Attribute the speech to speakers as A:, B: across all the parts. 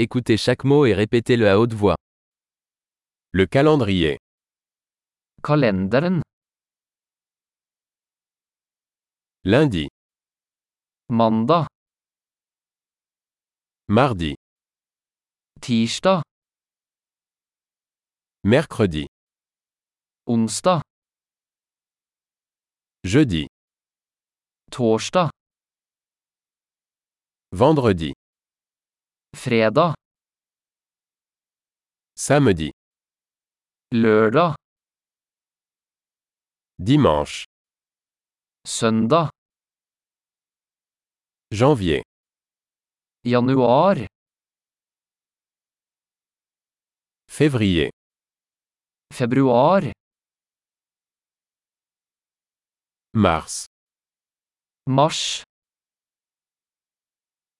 A: Écoutez chaque mot et répétez-le à haute voix.
B: Le calendrier.
C: Kalenderen.
B: Lundi,
C: Mandag.
B: mardi,
C: Tirsdag.
B: mercredi,
C: Onsdag.
B: jeudi,
C: Torsdag.
B: vendredi,
C: Fredag.
B: samedi,
C: Lørdag.
B: dimanche,
C: Søndag.
B: janvier,
C: Januar.
B: février,
C: Februar.
B: mars,
C: Mars.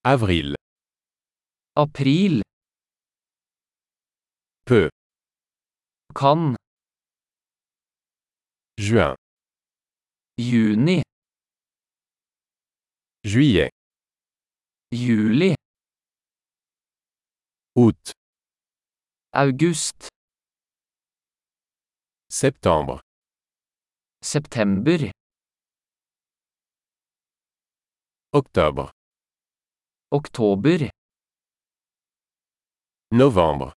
B: avril,
C: April.
B: peu,
C: Kan.
B: juin,
C: Juni.
B: juillet,
C: Juli.
B: août,
C: August.
B: septembre,
C: September.
B: octobre,
C: Oktober.
B: novembre,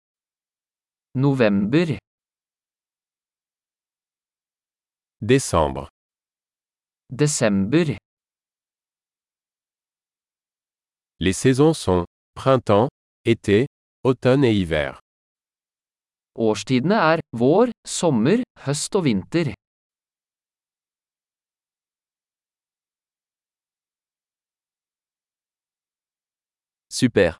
C: November.
B: décembre,
C: Desember.
B: les saisons sont printemps, été, automne et hiver.
C: Årstidene er vår, sommer, høst og vinter.
A: Super.